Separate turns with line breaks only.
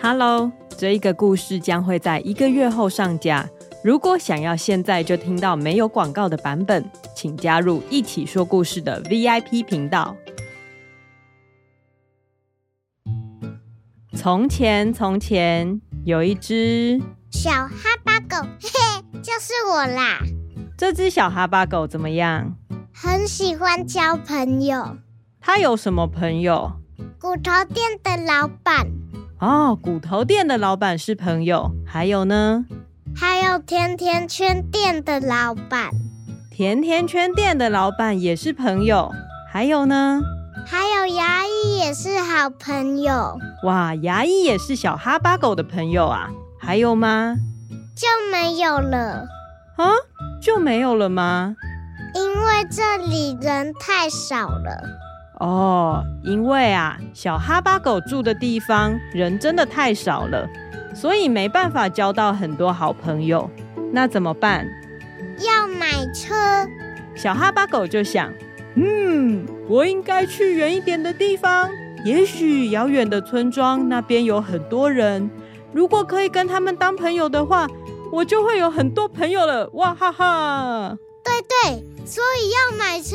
Hello，这一个故事将会在一个月后上架。如果想要现在就听到没有广告的版本，请加入一起说故事的 VIP 频道。从前，从前有一只
小哈巴狗， 嘿嘿，就是我啦，
这只小哈巴狗怎么样？
很喜欢交朋友。
它有什么朋友？
骨头店的老板，
哦，骨头店的老板是朋友，还有呢，
还有甜甜圈店的老板，
甜甜圈店的老板也是朋友，还有呢，
还有牙医也是好朋友，
哇，牙医也是小哈巴狗的朋友啊，还有吗？
就没有了，
啊，就没有了吗？
因为这里人太少了。
哦，因为啊，小哈巴狗住的地方人真的太少了，所以没办法交到很多好朋友。那怎么办？
要买车，
小哈巴狗就想，嗯，我应该去远一点的地方，也许遥远的村庄那边有很多人，如果可以跟他们当朋友的话，我就会有很多朋友了，哇哈哈！
对对，所以要买车。